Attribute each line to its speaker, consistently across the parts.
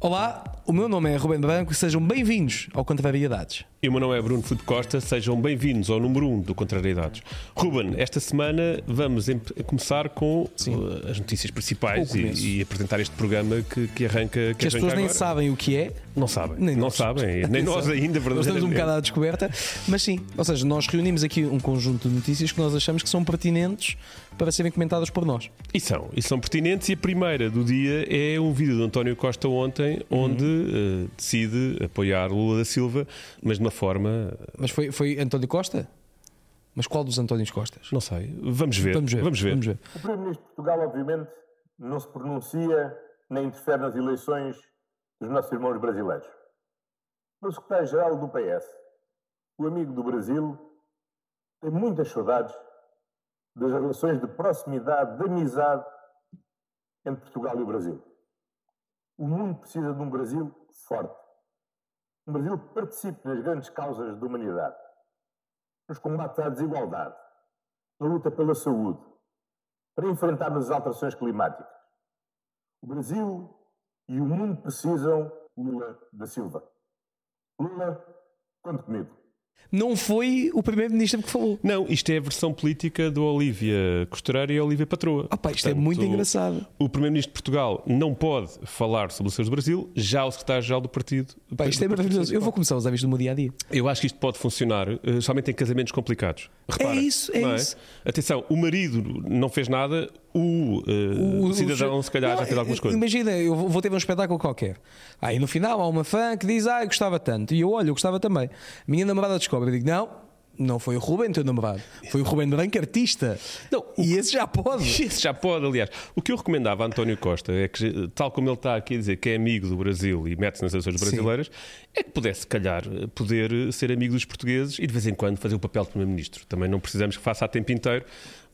Speaker 1: Olá, o meu nome é Ruben Branco e sejam bem-vindos ao Contra Variedades.
Speaker 2: E o meu nome é Bruno Fude Costa, sejam bem-vindos ao número 1 um do Contrariedades. Ruben, esta semana vamos em- começar com uh, as notícias principais
Speaker 1: Com o começo.
Speaker 2: e, e apresentar este programa que, que arranca. Que,
Speaker 1: Que as
Speaker 2: arranca
Speaker 1: pessoas nem
Speaker 2: agora.
Speaker 1: sabem o que é.
Speaker 2: Não sabem.
Speaker 1: Nem
Speaker 2: não
Speaker 1: nós.
Speaker 2: sabem. Nem nós
Speaker 1: Atenção. Nós estamos
Speaker 2: ainda,
Speaker 1: um
Speaker 2: verdadeiramente.
Speaker 1: bocado à descoberta, mas sim, ou seja, nós reunimos aqui um conjunto de notícias que nós achamos que são pertinentes para serem comentadas por nós.
Speaker 2: E são, e são pertinentes. E a primeira do dia é um vídeo do António Costa ontem,
Speaker 1: Uhum.
Speaker 2: onde eh, decide apoiar Lula da Silva, mas de uma forma. eh,
Speaker 1: Mas foi, foi António Costa? Mas qual dos Antónios Costas?
Speaker 2: Não sei. Vamos ver.
Speaker 1: Vamos ver.
Speaker 2: Vamos ver.
Speaker 1: Vamos ver.
Speaker 3: O Primeiro-Ministro de Portugal, obviamente, não se pronuncia nem interfere nas eleições dos nossos irmãos brasileiros. Mas o secretário-geral do PS, o amigo do Brasil, tem muitas saudades das relações de proximidade, de amizade entre Portugal e o Brasil. O mundo precisa de um Brasil forte. Um Brasil que participe nas grandes causas da humanidade, nos combates à desigualdade, na luta pela saúde, para enfrentarmos as alterações climáticas. O Brasil e o mundo precisam Lula da Silva. Lula, conte comigo.
Speaker 1: Não foi o primeiro-ministro que falou.
Speaker 2: Não, isto é a versão política do Olívia Costureira e Olívia Patroa.
Speaker 1: Ah pá, isto é
Speaker 2: Portanto,
Speaker 1: muito engraçado.
Speaker 2: O Primeiro-Ministro de Portugal não pode falar sobre os seus do Brasil, já o Secretário-Geral do Partido.
Speaker 1: Pá, isto é
Speaker 2: do Partido
Speaker 1: maravilhoso. Eu vou começar a usar isto no meu dia a dia.
Speaker 2: Eu acho que isto pode funcionar, eh, somente em casamentos complicados. Repara,
Speaker 1: É isso, é
Speaker 2: não
Speaker 1: isso.
Speaker 2: Atenção, o marido não fez nada, o, eh, cidadão, se calhar,
Speaker 1: Não, eh,
Speaker 2: já fez algumas coisas.
Speaker 1: Imagina, eu vou vou ter um espetáculo qualquer. Aí no final há uma fã que diz, ah, eu gostava tanto. E eu olho, eu gostava também. A minha namorada descobre. Eu digo, não, não foi o Ruben, teu namorado. Foi o Ruben Branco, artista.
Speaker 2: Não, o-
Speaker 1: E esse já pode.
Speaker 2: Isso já pode, aliás. O que eu recomendava a António Costa é que, tal como ele está aqui a dizer que é amigo do Brasil e mete-se nas eleições brasileiras, é que pudesse, se calhar, poder ser amigo dos portugueses e de vez em quando fazer o papel de Primeiro-Ministro. Também não precisamos que faça a tempo inteiro,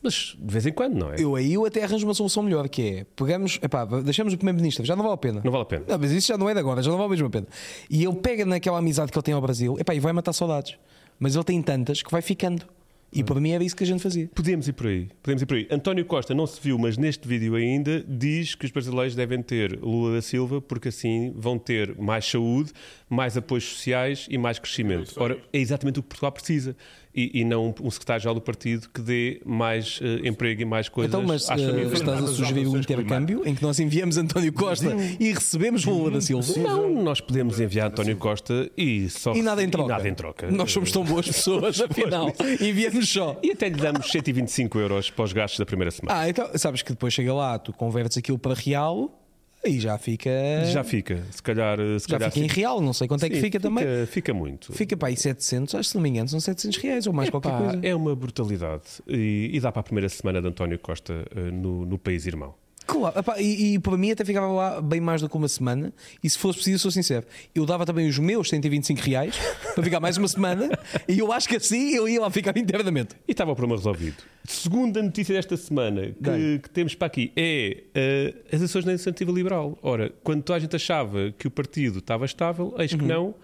Speaker 2: mas de vez em quando, não é?
Speaker 1: Eu aí eu até arranjo uma solução melhor, que é pegamos, epá, deixamos o primeiro-ministro, já não vale a pena.
Speaker 2: Não vale a pena.
Speaker 1: Não, mas isso já não é de agora, já não vale mesmo a pena. E ele pega naquela amizade que ele tem ao Brasil, epá, e vai matar saudades. Mas ele tem tantas que vai ficando.
Speaker 2: Hum.
Speaker 1: E para mim era isso que a gente fazia.
Speaker 2: Podemos ir por aí. Podemos ir por aí. António Costa não se viu, mas neste vídeo ainda diz que os brasileiros devem ter Lula da Silva porque assim vão ter mais saúde, mais apoios sociais e mais crescimento. Ora, é exatamente o que Portugal precisa. E, e não um secretário-geral do partido que dê mais eh, emprego e mais coisas
Speaker 1: Então, mas
Speaker 2: às
Speaker 1: eh,
Speaker 2: famílias.
Speaker 1: estás a sugerir um intercâmbio em que nós enviamos António Costa e recebemos Lula da Silva?
Speaker 2: Não, é assim. nós podemos enviar António Costa e só
Speaker 1: E nada em troca.
Speaker 2: nada em troca.
Speaker 1: Nós somos tão boas pessoas, afinal. Enviamos só.
Speaker 2: E até lhe damos 125 euros para os gastos da primeira semana.
Speaker 1: Ah, então sabes que depois chega lá, tu convertes aquilo para real e já fica.
Speaker 2: Já fica. Se calhar, eh, se
Speaker 1: Ah, já
Speaker 2: calhar
Speaker 1: fica em real, não sei quanto é que
Speaker 2: Sim,
Speaker 1: fica, também.
Speaker 2: Fica muito.
Speaker 1: Fica para aí 700, acho que se não me engano, são 700 reais ou mais qualquer
Speaker 2: Pá,
Speaker 1: coisa.
Speaker 2: É uma brutalidade. E, e dá para a primeira semana de António Costa eh, no, no País Irmão.
Speaker 1: Claro, epá, e, e para mim até ficava lá bem mais do que uma semana. E se fosse preciso, sou sincero, eu dava também os meus 125 reais para ficar mais uma semana. e eu acho que assim eu ia lá ficar internamente.
Speaker 2: E estava o problema resolvido. Segunda notícia desta semana que,
Speaker 1: Bem.
Speaker 2: que temos para aqui é eh, as ações na iniciativa liberal. Ora, quando toda a gente achava que o partido estava estável, eis
Speaker 1: Uhum.
Speaker 2: que não,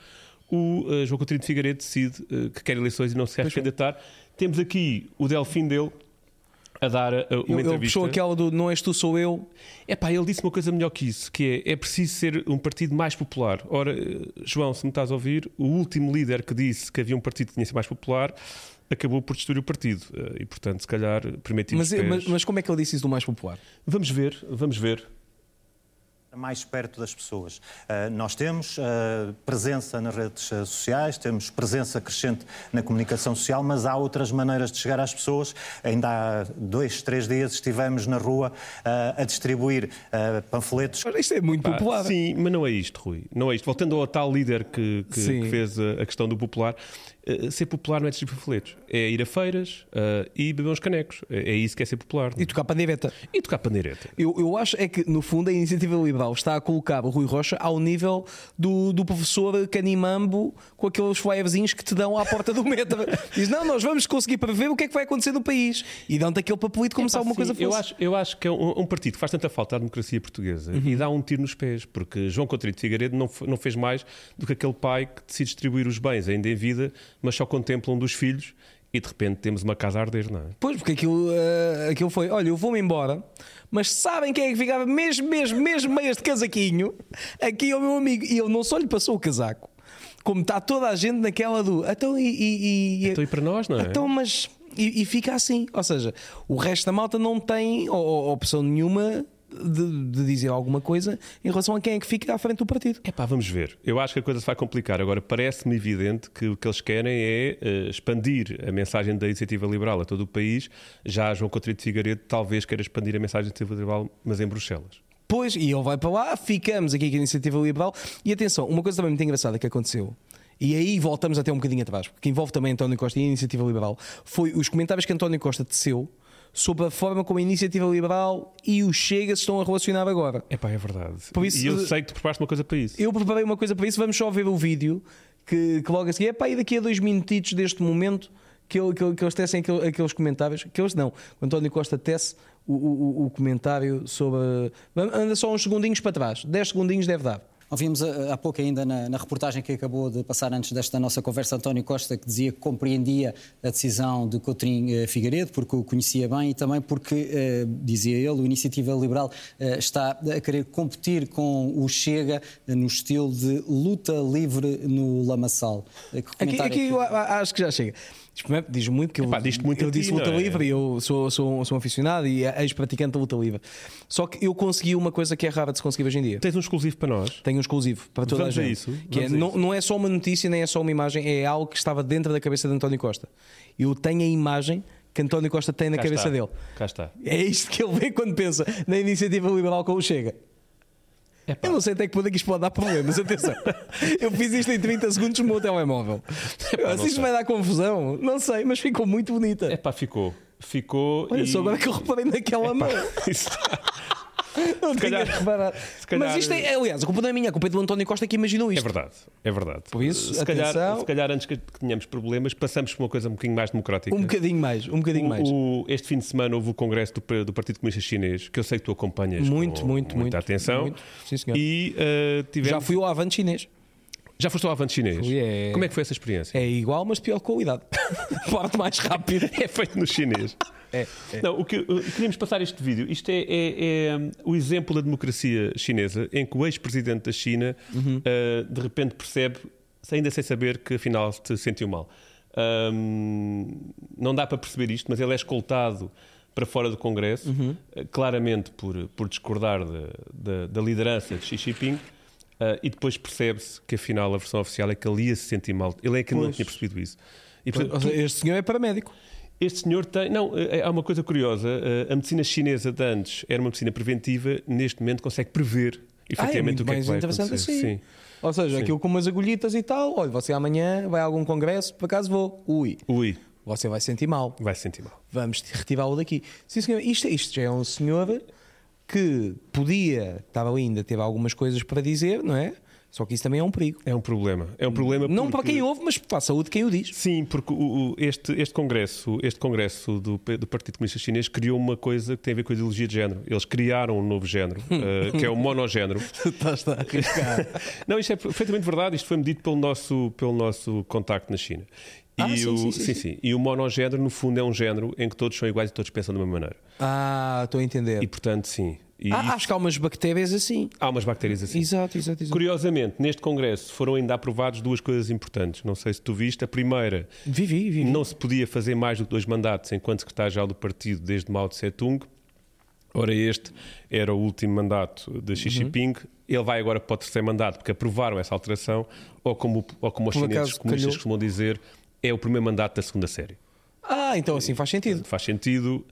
Speaker 2: o eh, João Coutinho de Figueiredo decide eh, que quer eleições e não se quer candidatar. Temos aqui o Delfim dele a dar eh, uma
Speaker 1: Ele, ele
Speaker 2: entrevista.
Speaker 1: puxou aquela do não és tu, sou eu.
Speaker 2: É pá, ele disse uma coisa melhor que isso, que é, é preciso ser um partido mais popular. Ora, eh, João, se me estás a ouvir, o último líder que disse que havia um partido que tinha de ser mais popular acabou por destruir o partido. Eh, E, portanto, se calhar, permitimos
Speaker 1: Mas,
Speaker 2: pés.
Speaker 1: mas, mas como é que ele disse isso do mais popular?
Speaker 2: Vamos ver, vamos ver.
Speaker 4: mais perto das pessoas. Ah, nós temos ah, presença nas redes ah, sociais, temos presença crescente na comunicação social, mas há outras maneiras de chegar às pessoas. Ainda há dois, três dias estivemos na rua ah, a distribuir ah, panfletos
Speaker 1: Ora, Isto é muito
Speaker 2: Pá,
Speaker 1: popular.
Speaker 2: Sim, mas não é isto, Rui. Não é isto. Voltando ao tal líder que, que-
Speaker 1: Sim.
Speaker 2: que fez a, a questão do popular, eh, ser popular não é distribuir panfletos. É ir a feiras eh, e beber uns canecos. É, é isso que é ser popular.
Speaker 1: E tocar pandeireta.
Speaker 2: E tocar pandeireta.
Speaker 1: Eu, eu acho é que, no fundo, a iniciativa liberal está a colocar o Rui Rocha ao nível do, do professor Canimambo com aqueles flyerzinhos que te dão à porta do metro. Diz: Não, nós vamos conseguir prever o que é que vai acontecer no país. E dão-te aquele papelito como se
Speaker 2: Pá,
Speaker 1: alguma
Speaker 2: sim,
Speaker 1: coisa fosse.
Speaker 2: Eu acho, eu acho que é um, um partido que faz tanta falta à democracia portuguesa
Speaker 1: Uhum.
Speaker 2: e dá um tiro nos pés, porque João Coutinho de Figueiredo não, fe- não fez mais do que aquele pai que decide distribuir os bens ainda em vida, mas só contempla um dos filhos E de repente temos uma casa a arder, não é?
Speaker 1: Pois, porque aquilo, eh, aquilo foi: olha, eu vou-me embora, mas sabem quem é que ficava mesmo, mesmo, mesmo meio este casaquinho? Aqui é o meu amigo. E ele não só lhe passou o casaco, como está toda a gente naquela do. Então, e. e, e
Speaker 2: Então e para nós, não é?
Speaker 1: Então, mas. E, e fica assim. Ou seja, o resto da malta não tem ou- ou opção nenhuma de, de dizer alguma coisa em relação a quem é que fica à frente do partido.
Speaker 2: Epá, vamos ver. Eu acho que a coisa se vai complicar. Agora, parece-me evidente que o que eles querem é eh, expandir a mensagem da iniciativa liberal a todo o país. Já João Coutinho de Figueiredo talvez queira expandir a mensagem da iniciativa liberal, mas em Bruxelas.
Speaker 1: Pois, e ele vai para lá, ficamos aqui com a Iniciativa Liberal. E atenção, uma coisa também muito engraçada que aconteceu, e aí voltamos até um bocadinho atrás, que envolve também António Costa e a Iniciativa Liberal, foi os comentários que António Costa teceu sobre a forma como a Iniciativa Liberal e o Chega se estão a relacionar agora.
Speaker 2: Epá, é verdade.
Speaker 1: Por isso-
Speaker 2: e eu sei que tu preparaste uma coisa para isso.
Speaker 1: Eu preparei uma coisa para isso, vamos só ver o vídeo que, que logo a seguir. É para aí daqui a dois minutitos deste momento que, eu- que, eu- que eles tecem aquele- aqueles comentários. Que eles não, o António Costa tece o, o- o- o comentário sobre. Vamos- Anda só uns segundinhos para trás, 10 segundinhos deve dar.
Speaker 5: Ouvimos eh, há pouco ainda na, na reportagem que acabou de passar antes desta nossa conversa António Costa que dizia que compreendia a decisão de Coutrinho eh, Figueiredo porque o conhecia bem e também porque, eh, dizia ele, a Iniciativa Liberal eh, está a querer competir com o Chega eh, no estilo de luta livre no lamaçal. Eh, Que
Speaker 1: Aqui,
Speaker 5: comentário é
Speaker 1: aqui
Speaker 5: que-
Speaker 1: eu a- a- acho que já chega. Diz- primeiro, Diz muito que eu,
Speaker 2: Epá, diz-te muito
Speaker 1: eu
Speaker 2: a ti,
Speaker 1: disse luta
Speaker 2: não é?
Speaker 1: livre e eu sou, sou, um- sou um aficionado e ex-praticante da luta livre. Só que eu consegui uma coisa que é rara de se conseguir hoje em dia.
Speaker 2: Tens um exclusivo para nós?
Speaker 1: Tenho um exclusivo para toda
Speaker 2: Vamos
Speaker 1: a
Speaker 2: a
Speaker 1: gente.
Speaker 2: isso,
Speaker 1: Que é,
Speaker 2: vamos a
Speaker 1: não,
Speaker 2: isso.
Speaker 1: não é só uma notícia, nem é só uma imagem, é algo que estava dentro da cabeça de António Costa. Eu tenho a imagem que António Costa tem na
Speaker 2: Cá
Speaker 1: cabeça
Speaker 2: está.
Speaker 1: dele.
Speaker 2: Cá está.
Speaker 1: É isto que ele vê quando pensa na iniciativa liberal como chega. Eu não sei até que ponto é que isto pode dar problemas, atenção. Eu fiz isto em 30 segundos no meu telemóvel.
Speaker 2: não
Speaker 1: Se isto
Speaker 2: sei.
Speaker 1: vai dar confusão, não sei, mas ficou muito bonita.
Speaker 2: Epá, ficou. Ficou
Speaker 1: Olha
Speaker 2: e...
Speaker 1: só, agora que eu reparei naquela mão.
Speaker 2: Isso tá. está-
Speaker 1: Não tinha
Speaker 2: calhar-
Speaker 1: reparado.
Speaker 2: se calhar-
Speaker 1: Mas isto é, aliás, a culpa não é minha, a culpa é do António Costa que imaginou
Speaker 2: É
Speaker 1: isto.
Speaker 2: verdade, é verdade.
Speaker 1: Por isso,
Speaker 2: se calhar,
Speaker 1: atenção.
Speaker 2: se calhar antes que que tenhamos problemas, passamos por uma coisa um bocadinho mais democrática.
Speaker 1: Um bocadinho mais, um bocadinho
Speaker 2: O-
Speaker 1: mais.
Speaker 2: o- este fim de semana houve o congresso do, pa- do Partido Comunista Chinês, que eu sei que tu acompanhas
Speaker 1: Muito,
Speaker 2: com
Speaker 1: muito,
Speaker 2: muita
Speaker 1: muito,
Speaker 2: atenção.
Speaker 1: muito. Sim, senhor.
Speaker 2: E eh,
Speaker 1: Já
Speaker 2: tivemos...
Speaker 1: fui ao avante chinês.
Speaker 2: Já foste ao Avante Chinês?
Speaker 1: Fui, é.
Speaker 2: Como é que foi essa experiência?
Speaker 1: É igual, mas de pior qualidade. Parte mais rápido.
Speaker 2: É feito no chinês.
Speaker 1: É,
Speaker 2: Não, o que, o- queríamos passar este vídeo. Isto é, é- é, hum, o exemplo da democracia chinesa, em que o ex-presidente da China
Speaker 1: Uhum.
Speaker 2: ah, de repente percebe, ainda sem saber, que afinal se sentiu mal. Hum, não dá para perceber isto, mas ele é escoltado para fora do Congresso,
Speaker 1: Uhum.
Speaker 2: ah, claramente por, por discordar da, da- da liderança de Xi Jinping. ah, e depois percebe-se que afinal a versão oficial é que ele ia se sentir mal. Ele é que não
Speaker 1: Pois.
Speaker 2: tinha percebido isso. E, portanto,
Speaker 1: Ou
Speaker 2: tu-
Speaker 1: seja, Este senhor é paramédico.
Speaker 2: este senhor tem. Não, eh, há uma coisa curiosa. eh, A medicina chinesa de antes era uma medicina preventiva, neste momento consegue prever efetivamente
Speaker 1: Ah, muito
Speaker 2: o que é que
Speaker 1: mais
Speaker 2: vai
Speaker 1: interessante
Speaker 2: acontecer.
Speaker 1: assim.
Speaker 2: Sim.
Speaker 1: Ou seja,
Speaker 2: Sim.
Speaker 1: aquilo com umas agulhitas e tal. Olha, você amanhã vai a algum congresso, por acaso vou. Ui,
Speaker 2: Ui,
Speaker 1: você vai se sentir mal.
Speaker 2: vai se sentir mal.
Speaker 1: Vamos te- retirá-lo daqui. Sim, senhor, isto, isto já é um senhor que podia, estava ali, ainda, teve algumas coisas para dizer, não é? Só que isso também é um perigo.
Speaker 2: É um problema. É um problema
Speaker 1: Não para
Speaker 2: porque-
Speaker 1: quem ouve, mas para a saúde de quem o diz.
Speaker 2: Sim, porque o- o- este, este congresso, este congresso do, P- do Partido Comunista Chinês criou uma coisa que tem a ver com a ideologia de género. Eles criaram um novo género, eh, que é o monogénero.
Speaker 1: Hum. Estás a arriscar.
Speaker 2: Não, isto é perfeitamente verdade. Isto foi medido pelo nosso, pelo nosso contacto na China. E,
Speaker 1: Ah, sim,
Speaker 2: o,
Speaker 1: sim, sim, sim.
Speaker 2: e o monogénero, no fundo, é um género em que todos são iguais e todos pensam da mesma maneira.
Speaker 1: ah, estou a entender.
Speaker 2: E, portanto, sim. E
Speaker 1: Ah,
Speaker 2: isso-
Speaker 1: acho que há umas bactérias assim.
Speaker 2: há umas bactérias assim.
Speaker 1: Exato, exato, exato.
Speaker 2: Curiosamente, neste congresso foram ainda aprovadas duas coisas importantes. Não sei se tu viste. A primeira,
Speaker 1: Vivi, vivi.
Speaker 2: não se podia fazer mais do que dois mandatos enquanto secretário-geral do partido desde Mao Tse-tung. Ora, este era o último mandato de
Speaker 1: Uhum.
Speaker 2: Xi Jinping. Ele vai agora para o terceiro mandato porque aprovaram essa alteração, ou como, ou como os
Speaker 1: Por
Speaker 2: chineses
Speaker 1: acaso,
Speaker 2: comunistas
Speaker 1: calhou.
Speaker 2: costumam dizer, é o primeiro mandato da segunda série.
Speaker 1: Ah, então assim faz sentido.
Speaker 2: Faz sentido.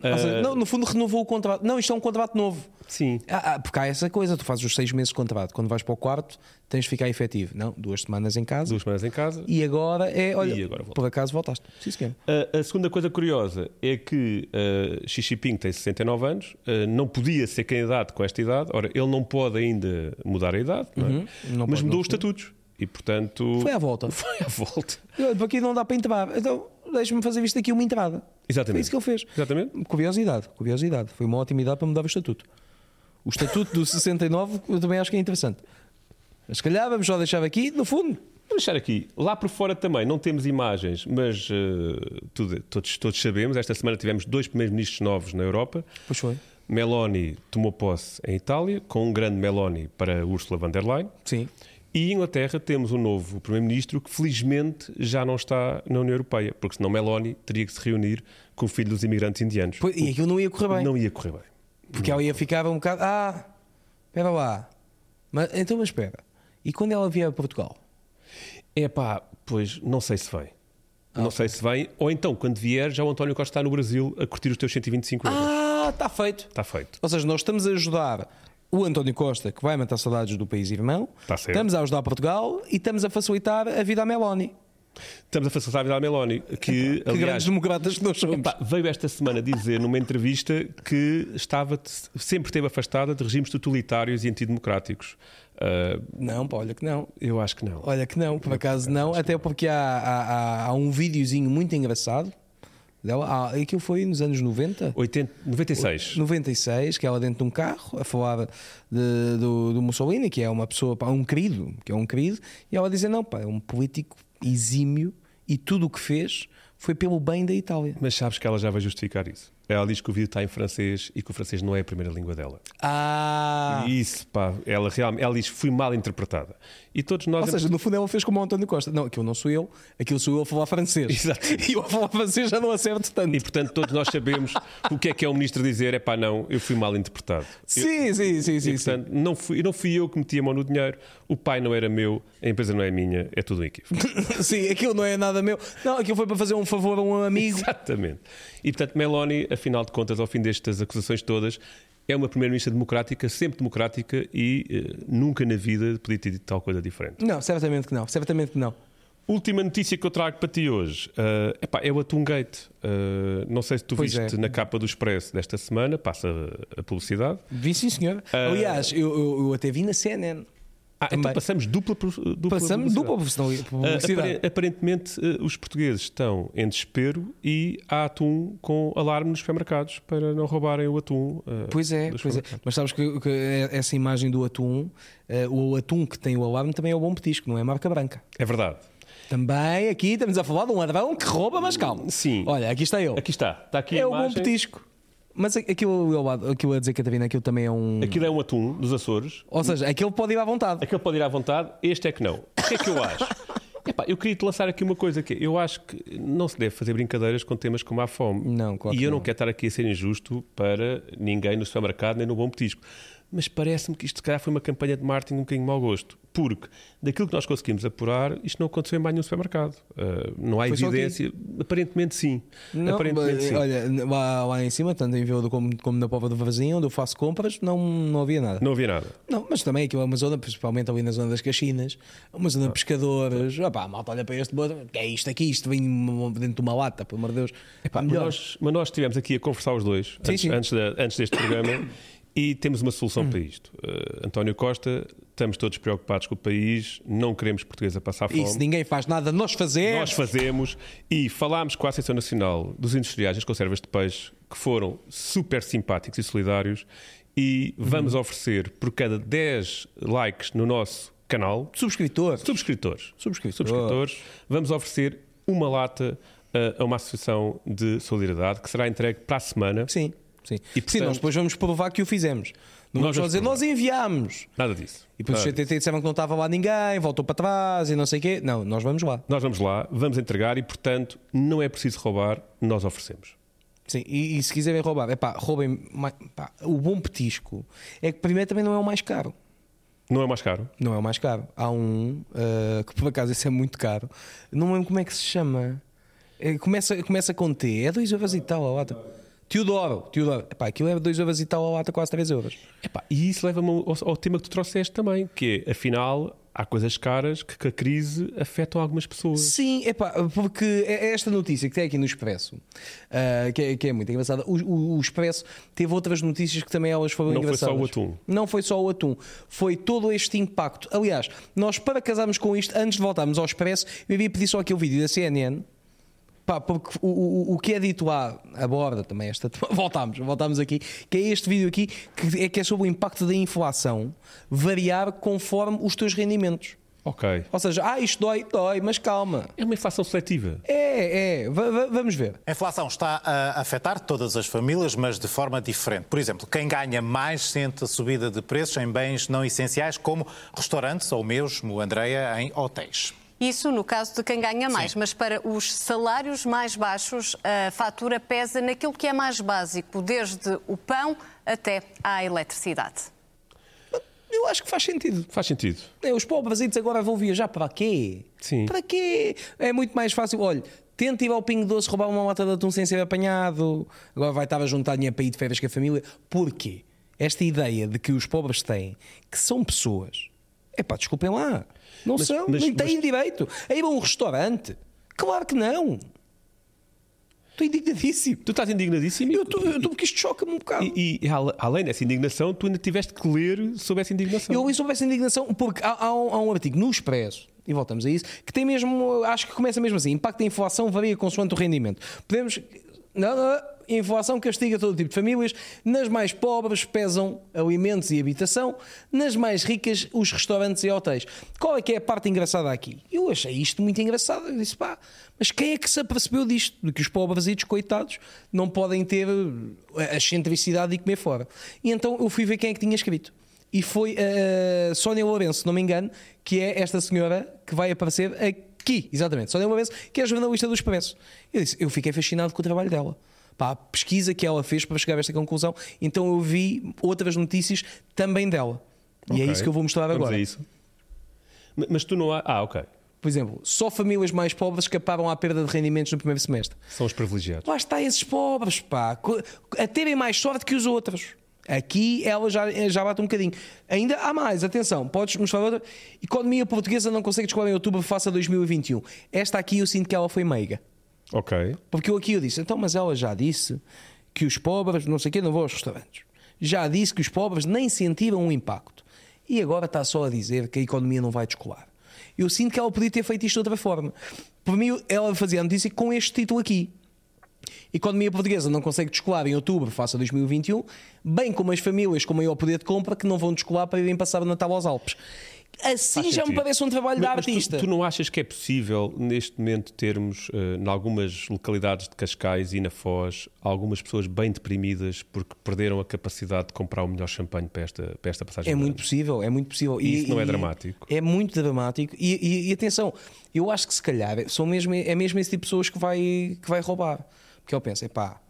Speaker 1: Ou seja,
Speaker 2: Ah,
Speaker 1: não, no fundo renovou o contrato. Não, isto é um contrato novo.
Speaker 2: Sim.
Speaker 1: Ah, ah, porque há essa coisa, tu fazes os seis meses de contrato. Quando vais para o quarto, tens de ficar efetivo. Não, duas semanas em casa.
Speaker 2: Duas semanas em casa.
Speaker 1: E agora é, olha,
Speaker 2: E agora volta.
Speaker 1: por acaso voltaste. Sim, senhor.
Speaker 2: A, a segunda coisa curiosa é que ah, Xi Jinping tem 69 anos, ah, não podia ser candidato com esta idade. Ora, ele não pode ainda mudar a idade, não é?
Speaker 1: Uhum. não
Speaker 2: mas
Speaker 1: pode,
Speaker 2: mudou
Speaker 1: não
Speaker 2: os estatutos. E, portanto.
Speaker 1: Foi à volta.
Speaker 2: Foi à volta.
Speaker 1: Olha, aqui não dá para entrar. Então, deixa-me fazer isto aqui uma entrada.
Speaker 2: Exatamente.
Speaker 1: Foi isso que ele fez.
Speaker 2: Exatamente.
Speaker 1: Curiosidade, curiosidade. Foi uma ótima idade para mudar o estatuto. O estatuto do 69 eu também acho que é interessante. Mas se calhar vamos só deixar aqui, no fundo.
Speaker 2: Vamos deixar aqui. Lá por fora também não temos imagens, mas eh, tudo- todos, todos sabemos. Esta semana tivemos dois primeiros ministros novos na Europa.
Speaker 1: Pois foi.
Speaker 2: Meloni tomou posse em Itália, com um grande Meloni para Ursula von der Leyen.
Speaker 1: Sim.
Speaker 2: E em Inglaterra temos um novo Primeiro-Ministro que felizmente já não está na União Europeia, porque senão Meloni teria que se reunir com o filho dos imigrantes indianos.
Speaker 1: Pois, E aquilo não ia correr bem.
Speaker 2: Não ia correr bem.
Speaker 1: Porque ela ia ficar um bocado. Ah, espera lá. Mas, então, mas espera. E quando ela vier a Portugal?
Speaker 2: É pá, pois não sei se vem. não
Speaker 1: Ah,
Speaker 2: sei se vem, ou então quando vier já o António Costa está no Brasil a curtir os teus 125 euros.
Speaker 1: Ah, está feito.
Speaker 2: Está feito.
Speaker 1: Ou seja, nós estamos a ajudar o António Costa, que vai matar saudades do país irmão.
Speaker 2: Tá certo.
Speaker 1: Estamos a ajudar Portugal e estamos a facilitar a vida à Meloni.
Speaker 2: Estamos a facilitar a vida à Meloni, que,
Speaker 1: que
Speaker 2: aliás,
Speaker 1: grandes democratas que nós somos.
Speaker 2: Pá, veio esta semana dizer numa entrevista que estava sempre esteve afastada de regimes totalitários e antidemocráticos. Ah,
Speaker 1: Não, pá, olha que não.
Speaker 2: eu acho que não.
Speaker 1: Olha que não, por acaso não, até porque há, há- há- há um videozinho muito engraçado dela. Ah, aquilo foi nos anos 90?
Speaker 2: 80, 96.
Speaker 1: 96, que é ela dentro de um carro a falar de- do, do Mussolini, que é uma pessoa, pá, um querido, que é um querido, e ela dizer: não, pá, é um político exímio e tudo o que fez foi pelo bem da Itália.
Speaker 2: Mas sabes que ela já vai justificar isso. Ela diz que o vídeo está em francês e que o francês não é a primeira língua dela.
Speaker 1: Ah!
Speaker 2: E Isso, pá, ela realmente, ela diz, fui mal interpretada. E todos nós.
Speaker 1: Ou seja, no fundo ela fez como o António Costa. Não, aquilo não sou eu, aquilo sou eu a falar francês.
Speaker 2: Exato.
Speaker 1: E eu a falar francês já não acerto tanto.
Speaker 2: E portanto, todos nós sabemos o que é que é o ministro dizer: é pá, não, eu fui mal interpretado.
Speaker 1: Sim, sim, sim, sim.
Speaker 2: E,
Speaker 1: sim.
Speaker 2: portanto, não fui, não fui eu que meti a mão no dinheiro, o pai não era meu, a empresa não é minha, é tudo um equívoco.
Speaker 1: Sim, aquilo não é nada meu. Não, aquilo foi para fazer um favor a um amigo.
Speaker 2: Exatamente. E portanto, Meloni, afinal de contas, ao fim destas acusações todas, é uma primeira-ministra democrática, sempre democrática e eh, nunca na vida podia ter dito tal coisa diferente.
Speaker 1: Não, certamente que não, certamente que não.
Speaker 2: Última notícia que eu trago para ti hoje eh, epá, é o Atum Gate. Eh, não sei se tu
Speaker 1: Pois
Speaker 2: viste
Speaker 1: é.
Speaker 2: na capa do Expresso desta semana, passa a publicidade.
Speaker 1: Vi sim, senhor.
Speaker 2: Ah.
Speaker 1: Aliás, eu, eu, eu até vi na CNN.
Speaker 2: Ah, então
Speaker 1: Também.
Speaker 2: passamos dupla, pro- dupla
Speaker 1: Passamos
Speaker 2: publicidade.
Speaker 1: dupla publicidade.
Speaker 2: Ah,
Speaker 1: publicidade.
Speaker 2: apare- aparentemente, ah, os portugueses estão em desespero e há atum com alarme nos supermercados para não roubarem o atum. ah,
Speaker 1: Pois é,
Speaker 2: dos
Speaker 1: pois é. Mas sabes que, que é- essa imagem do atum, eh, o atum que tem o alarme também é o bom petisco, não é marca branca.
Speaker 2: É verdade.
Speaker 1: Também aqui estamos a falar de um ladrão que rouba, mas calma.
Speaker 2: Sim.
Speaker 1: Olha, aqui está eu.
Speaker 2: Aqui está. Está aqui a
Speaker 1: é o bom
Speaker 2: imagem.
Speaker 1: petisco. Mas a- aquilo, ao lado- aquilo a dizer, Catarina, aquilo também é um.
Speaker 2: Aquilo é um atum dos Açores.
Speaker 1: Ou seja, aquilo pode ir à vontade.
Speaker 2: Aquele pode ir à vontade, este é que não. O que é que eu acho? Epá, eu queria te lançar aqui uma coisa que é, eu acho que não se deve fazer brincadeiras com temas como a fome.
Speaker 1: Não, claro
Speaker 2: E
Speaker 1: que
Speaker 2: eu não,
Speaker 1: não.
Speaker 2: quero estar aqui a ser injusto para ninguém no supermercado nem no bom petisco. Mas parece-me que isto, se calhar, foi uma campanha de marketing um bocadinho mau gosto. Porque, daquilo que nós conseguimos apurar, isto não aconteceu em mais nenhum supermercado. Ah, não há
Speaker 1: Foi só aqui.
Speaker 2: evidência. Aparentemente, sim.
Speaker 1: Não,
Speaker 2: Aparentemente,
Speaker 1: mas,
Speaker 2: sim.
Speaker 1: olha, lá, lá em cima, tanto em Vila do como, como na Pova do Varzim, onde eu faço compras, não, não havia nada.
Speaker 2: Não havia nada.
Speaker 1: Não, mas também aquilo é uma zona, principalmente ali na zona das Caxinas, é uma zona de pescadores. Ah, pá, a malta olha para este bode, que é isto aqui, isto vem dentro de uma lata, pelo amor de Deus.
Speaker 2: Pá, mas, nós, mas nós estivemos aqui a conversar os dois
Speaker 1: Sim, Hum.
Speaker 2: antes,
Speaker 1: sim.
Speaker 2: antes da- antes deste programa e temos uma solução para isto. Uh, António Costa, estamos todos preocupados com o país, não queremos português a passar fome.
Speaker 1: Isso, é. ninguém faz nada, nós
Speaker 2: Nós
Speaker 1: fazemos.
Speaker 2: fazemos e falámos com a Associação Nacional dos Industriais das Conservas de Peixe, que foram super simpáticos e solidários, e
Speaker 1: Uhum.
Speaker 2: vamos oferecer por cada 10 likes no nosso canal
Speaker 1: Subscritor.
Speaker 2: Subscritores. Subscritores. Vamos oferecer uma lata ah, a uma associação de solidariedade que será entregue para a semana.
Speaker 1: Sim, sim.
Speaker 2: E, portanto,
Speaker 1: sim, nós depois vamos provar que o fizemos. Não
Speaker 2: Nós
Speaker 1: vamos só
Speaker 2: vamos
Speaker 1: dizer,
Speaker 2: provar. Ah.
Speaker 1: nós enviámos.
Speaker 2: Nada disso.
Speaker 1: E depois
Speaker 2: Nada.
Speaker 1: os CTT disseram que não estava lá ninguém, voltou para trás e não sei o quê. Não, nós vamos lá.
Speaker 2: Nós vamos lá, vamos entregar e, portanto, não é preciso roubar, nós oferecemos.
Speaker 1: Sim, e, e se quiserem roubar, é pá, roubem. ma- pá, o bom petisco é que primeiro também não é o mais caro.
Speaker 2: Não é mais caro?
Speaker 1: Não é o mais caro. Há um ah, que por acaso esse é muito caro. Não me lembro como é que se chama. É, começa, começa com T. É 2 euros e tal a lata. Teodoro, Teodoro. Epá, aquilo é 2 euros e tal a lata, quase 3 euros.
Speaker 2: Epá, e isso leva-me ao, ao tema que tu trouxeste também, que é, afinal, há coisas caras que, que a crise afetam algumas pessoas.
Speaker 1: Sim, epá, porque é- é esta notícia que tem aqui no Expresso, ah, que, é, que é muito engraçada, o, o- o Expresso teve outras notícias que também elas foram
Speaker 2: Não foi só
Speaker 1: engraçadas.
Speaker 2: o atum.
Speaker 1: Não foi só o atum, foi todo este impacto. Aliás, nós para casarmos com isto, antes de voltarmos ao Expresso, eu iria pedir só aquele vídeo da CNN. Pá, porque o, o, o que é dito lá aborda também esta. Voltámos, voltámos aqui. Que é este vídeo aqui que é, que é sobre o impacto da inflação variar conforme os teus rendimentos.
Speaker 2: Ok.
Speaker 1: Ou seja, ah, isto dói, dói, mas calma.
Speaker 2: É uma inflação seletiva.
Speaker 1: É, é, va- va- vamos ver.
Speaker 6: A inflação está a afetar todas as famílias, mas de forma diferente. Por exemplo, quem ganha mais sente a subida de preços em bens não essenciais, como restaurantes ou mesmo, Andreia, em hotéis.
Speaker 7: Isso no caso de quem ganha mais, mas para os salários mais baixos, a fatura pesa naquilo que é mais básico, desde o pão até à eletricidade.
Speaker 1: Eu acho que faz sentido.
Speaker 2: Faz sentido.
Speaker 1: É, Os pobresitos agora vão viajar para quê?
Speaker 2: Sim.
Speaker 1: Para quê? É muito mais fácil. Olha, tenta ir ao Pingo Doce roubar uma lata de atum sem ser apanhado. Agora vai estar a juntar dinheiro para ir de férias com a família. Porquê? Esta ideia de que os pobres têm, que são pessoas. É pá, desculpem lá. Não
Speaker 2: Mas-
Speaker 1: são.
Speaker 2: mas-
Speaker 1: Nem têm direito a ir a um restaurante. Claro que não. Estou indignadíssimo.
Speaker 2: Tu estás indignadíssimo. e-
Speaker 1: Eu estou eu estou- porque isto choca-me um bocado.
Speaker 2: E, e al- além dessa indignação, tu ainda tiveste que ler sobre essa indignação.
Speaker 1: Eu li sobre essa indignação porque há, há um, há um artigo no Expresso, e voltamos a isso, que tem mesmo, acho que começa mesmo assim: impacto da inflação varia consoante o rendimento. Podemos. Não, não, inflação castiga todo tipo de famílias. Nas mais pobres pesam alimentos e habitação. Nas mais ricas, os restaurantes e hotéis. Qual é que é a parte engraçada aqui? Eu achei isto muito engraçado. Eu disse, pá, mas quem é que se apercebeu disto? De que os pobresitos, coitados, não podem ter eh, a excentricidade de comer fora. E então eu fui ver quem é que tinha escrito. E foi a Sónia Lourenço, se não me engano, que é esta senhora que vai aparecer aqui, exatamente. Sónia Lourenço, que é a jornalista do Expresso. Eu disse, eu fiquei fascinado com o trabalho dela. Pá, a pesquisa que ela fez para chegar a esta conclusão. Então eu vi outras notícias também dela. E é
Speaker 2: Ok.
Speaker 1: isso que eu vou mostrar
Speaker 2: Vamos
Speaker 1: agora.
Speaker 2: a isso. Ma- Mas tu não há. Ah, ok.
Speaker 1: Por exemplo, só famílias mais pobres escaparam à perda de rendimentos no primeiro semestre.
Speaker 2: São os privilegiados.
Speaker 1: Lá está esses pobres, pá, co- a terem mais sorte que os outros. Aqui ela já, já bate um bocadinho. Ainda há mais, atenção, podes mostrar outra. Economia portuguesa não consegue descolar em outubro face a 2021. Esta aqui eu sinto que ela foi meiga.
Speaker 2: Ok.
Speaker 1: Porque eu aqui eu disse, então, mas ela já disse que os pobres, não sei o quê, não vão aos restaurantes. Já disse que os pobres nem sentiram o impacto. E agora está só a dizer que a economia não vai descolar. Eu sinto que ela podia ter feito isto de outra forma. Por mim, ela fazia a notícia com este título aqui. Economia portuguesa não consegue descolar em outubro, face a 2021, bem como as famílias com maior poder de compra que não vão descolar para irem passar o Natal aos Alpes. Assim já me
Speaker 2: sentido.
Speaker 1: parece um trabalho
Speaker 2: Mas-
Speaker 1: da
Speaker 2: mas tu-
Speaker 1: artista.
Speaker 2: Tu, não achas que é possível, neste momento, termos, eh, em algumas localidades de Cascais e na Foz, algumas pessoas bem deprimidas porque perderam a capacidade de comprar o melhor champanhe para esta, para esta passagem?
Speaker 1: É
Speaker 2: de
Speaker 1: muito
Speaker 2: ano?
Speaker 1: possível, é muito possível.
Speaker 2: isso não é dramático?
Speaker 1: É muito dramático. E, e- e atenção, eu acho que se calhar são mesmo, é mesmo esse tipo de pessoas que vai, que vai roubar. Porque eu penso, epá,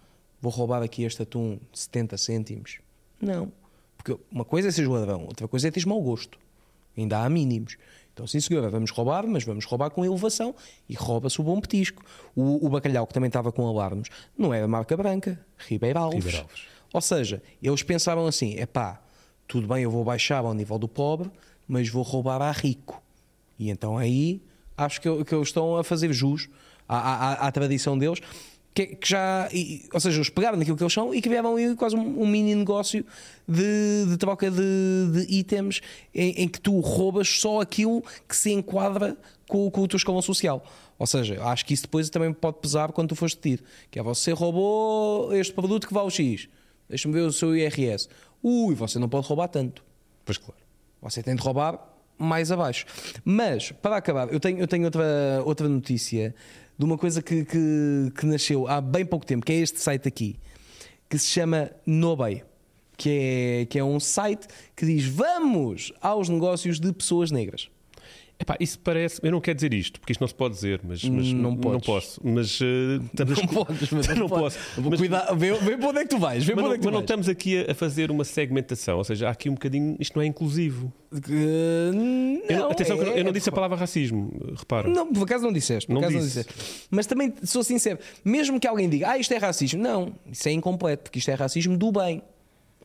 Speaker 1: vou roubar aqui este atum de 70 cêntimos. Não. Porque uma coisa é seres ladrão, outra coisa é teres mau gosto. Ainda há mínimos. Então, sim, senhora, vamos roubar, mas vamos roubar com elevação. E rouba-se o bom petisco. O, o bacalhau, que também estava com alarmes, não era marca branca, Ribeiro Alves.
Speaker 2: Ribeiro Alves.
Speaker 1: Ou seja, eles pensaram assim: epá, tudo bem, eu vou baixar ao nível do pobre, mas vou roubar a rico. E então aí acho que, eu- que eles estão a fazer jus à, à- à- à tradição deles, que, que já, e- ou seja, eles pegaram naquilo que eles são e criaram ali quase um, um mini negócio de, de troca de, de itens em, em que tu roubas só aquilo que se enquadra com, com o teu escalão social. Ou seja, acho que isso depois também pode pesar quando tu foste detido. Que é você roubou este produto que vale X. Deixa-me ver o seu IRS. Ui, você não pode roubar tanto.
Speaker 2: Pois claro.
Speaker 1: Você tem de roubar mais abaixo. Mas, para acabar, eu tenho, eu tenho outra, outra notícia de uma coisa que, que, que nasceu há bem pouco tempo, que é este site aqui, que se chama Nobay, que é, que é um site que diz vamos aos negócios de pessoas negras.
Speaker 2: Epá, isso parece. Eu não quero dizer isto, porque isto não se pode dizer, mas, mas
Speaker 1: Hum, Não podes.
Speaker 2: posso. Mas eh, estamos a escu- não posso.
Speaker 1: Vou
Speaker 2: Mas-
Speaker 1: cuidar, vê, vê para onde é que tu vais. Vê para
Speaker 2: mas não,
Speaker 1: onde é que tu
Speaker 2: mas não
Speaker 1: vais.
Speaker 2: estamos aqui a, a fazer uma segmentação, ou seja, há aqui um bocadinho. Isto não é inclusivo.
Speaker 1: Eh,
Speaker 2: Eu não-
Speaker 1: não,
Speaker 2: atenção, que eu,
Speaker 1: é-
Speaker 2: não- eu não disse a palavra racismo, repara.
Speaker 1: Não, por acaso não disseste. Por
Speaker 2: Não
Speaker 1: acaso
Speaker 2: disse.
Speaker 1: não disseste. Mas também sou sincero, mesmo que alguém diga, ah, isto é racismo, não, isso é incompleto, porque isto é racismo do bem.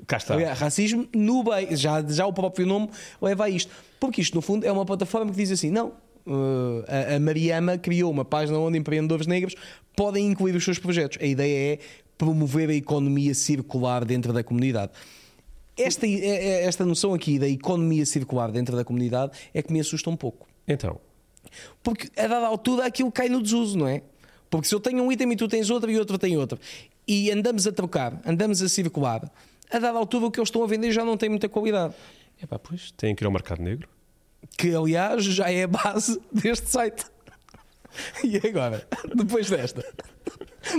Speaker 2: Cá está.
Speaker 1: Aliás, racismo no bem, já, já o próprio nome leva a isto. Porque isto, no fundo, é uma plataforma que diz assim: não, uh, a, a Mariama criou uma página onde empreendedores negros podem incluir os seus projetos. A ideia é promover a economia circular dentro da comunidade. Esta, é- é- esta noção aqui da economia circular dentro da comunidade é que me assusta um pouco.
Speaker 2: Então,
Speaker 1: Porque a dada altura aquilo cai no desuso, não é? Porque se eu tenho um item e tu tens outro e outro tem outro, e andamos a trocar, andamos a circular, a dada altura o que eles estão a vender já não tem muita qualidade.
Speaker 2: epá, pois, tem que ir ao mercado negro.
Speaker 1: que aliás já é a base deste site. E agora? Depois desta.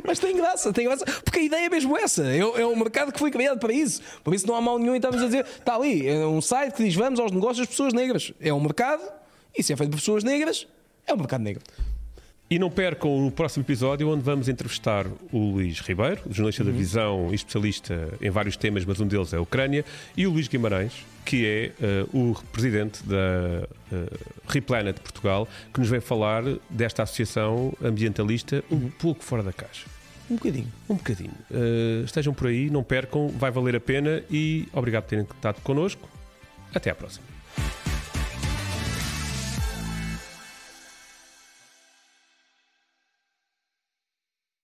Speaker 1: Mas tem graça, tem graça, porque a ideia é mesmo essa. É, é um mercado que foi criado para isso. Por isso não há mal nenhum em estarmos a dizer, está ali, é um site que diz vamos aos negócios das pessoas negras. É um mercado, e se é feito por pessoas negras, é um mercado negro.
Speaker 2: E não percam o próximo episódio, onde vamos entrevistar o Luís Ribeiro, jornalista
Speaker 1: Uhum.
Speaker 2: da Visão e especialista em vários temas, mas um deles é a Ucrânia, e o Luís Guimarães, que é eh, o presidente da uh, Replanet Portugal, que nos vem falar desta associação ambientalista um pouco fora da caixa.
Speaker 1: Uhum. Um bocadinho.
Speaker 2: Um bocadinho. Eh, estejam por aí, não percam, vai valer a pena e obrigado por terem estado connosco. Até à próxima.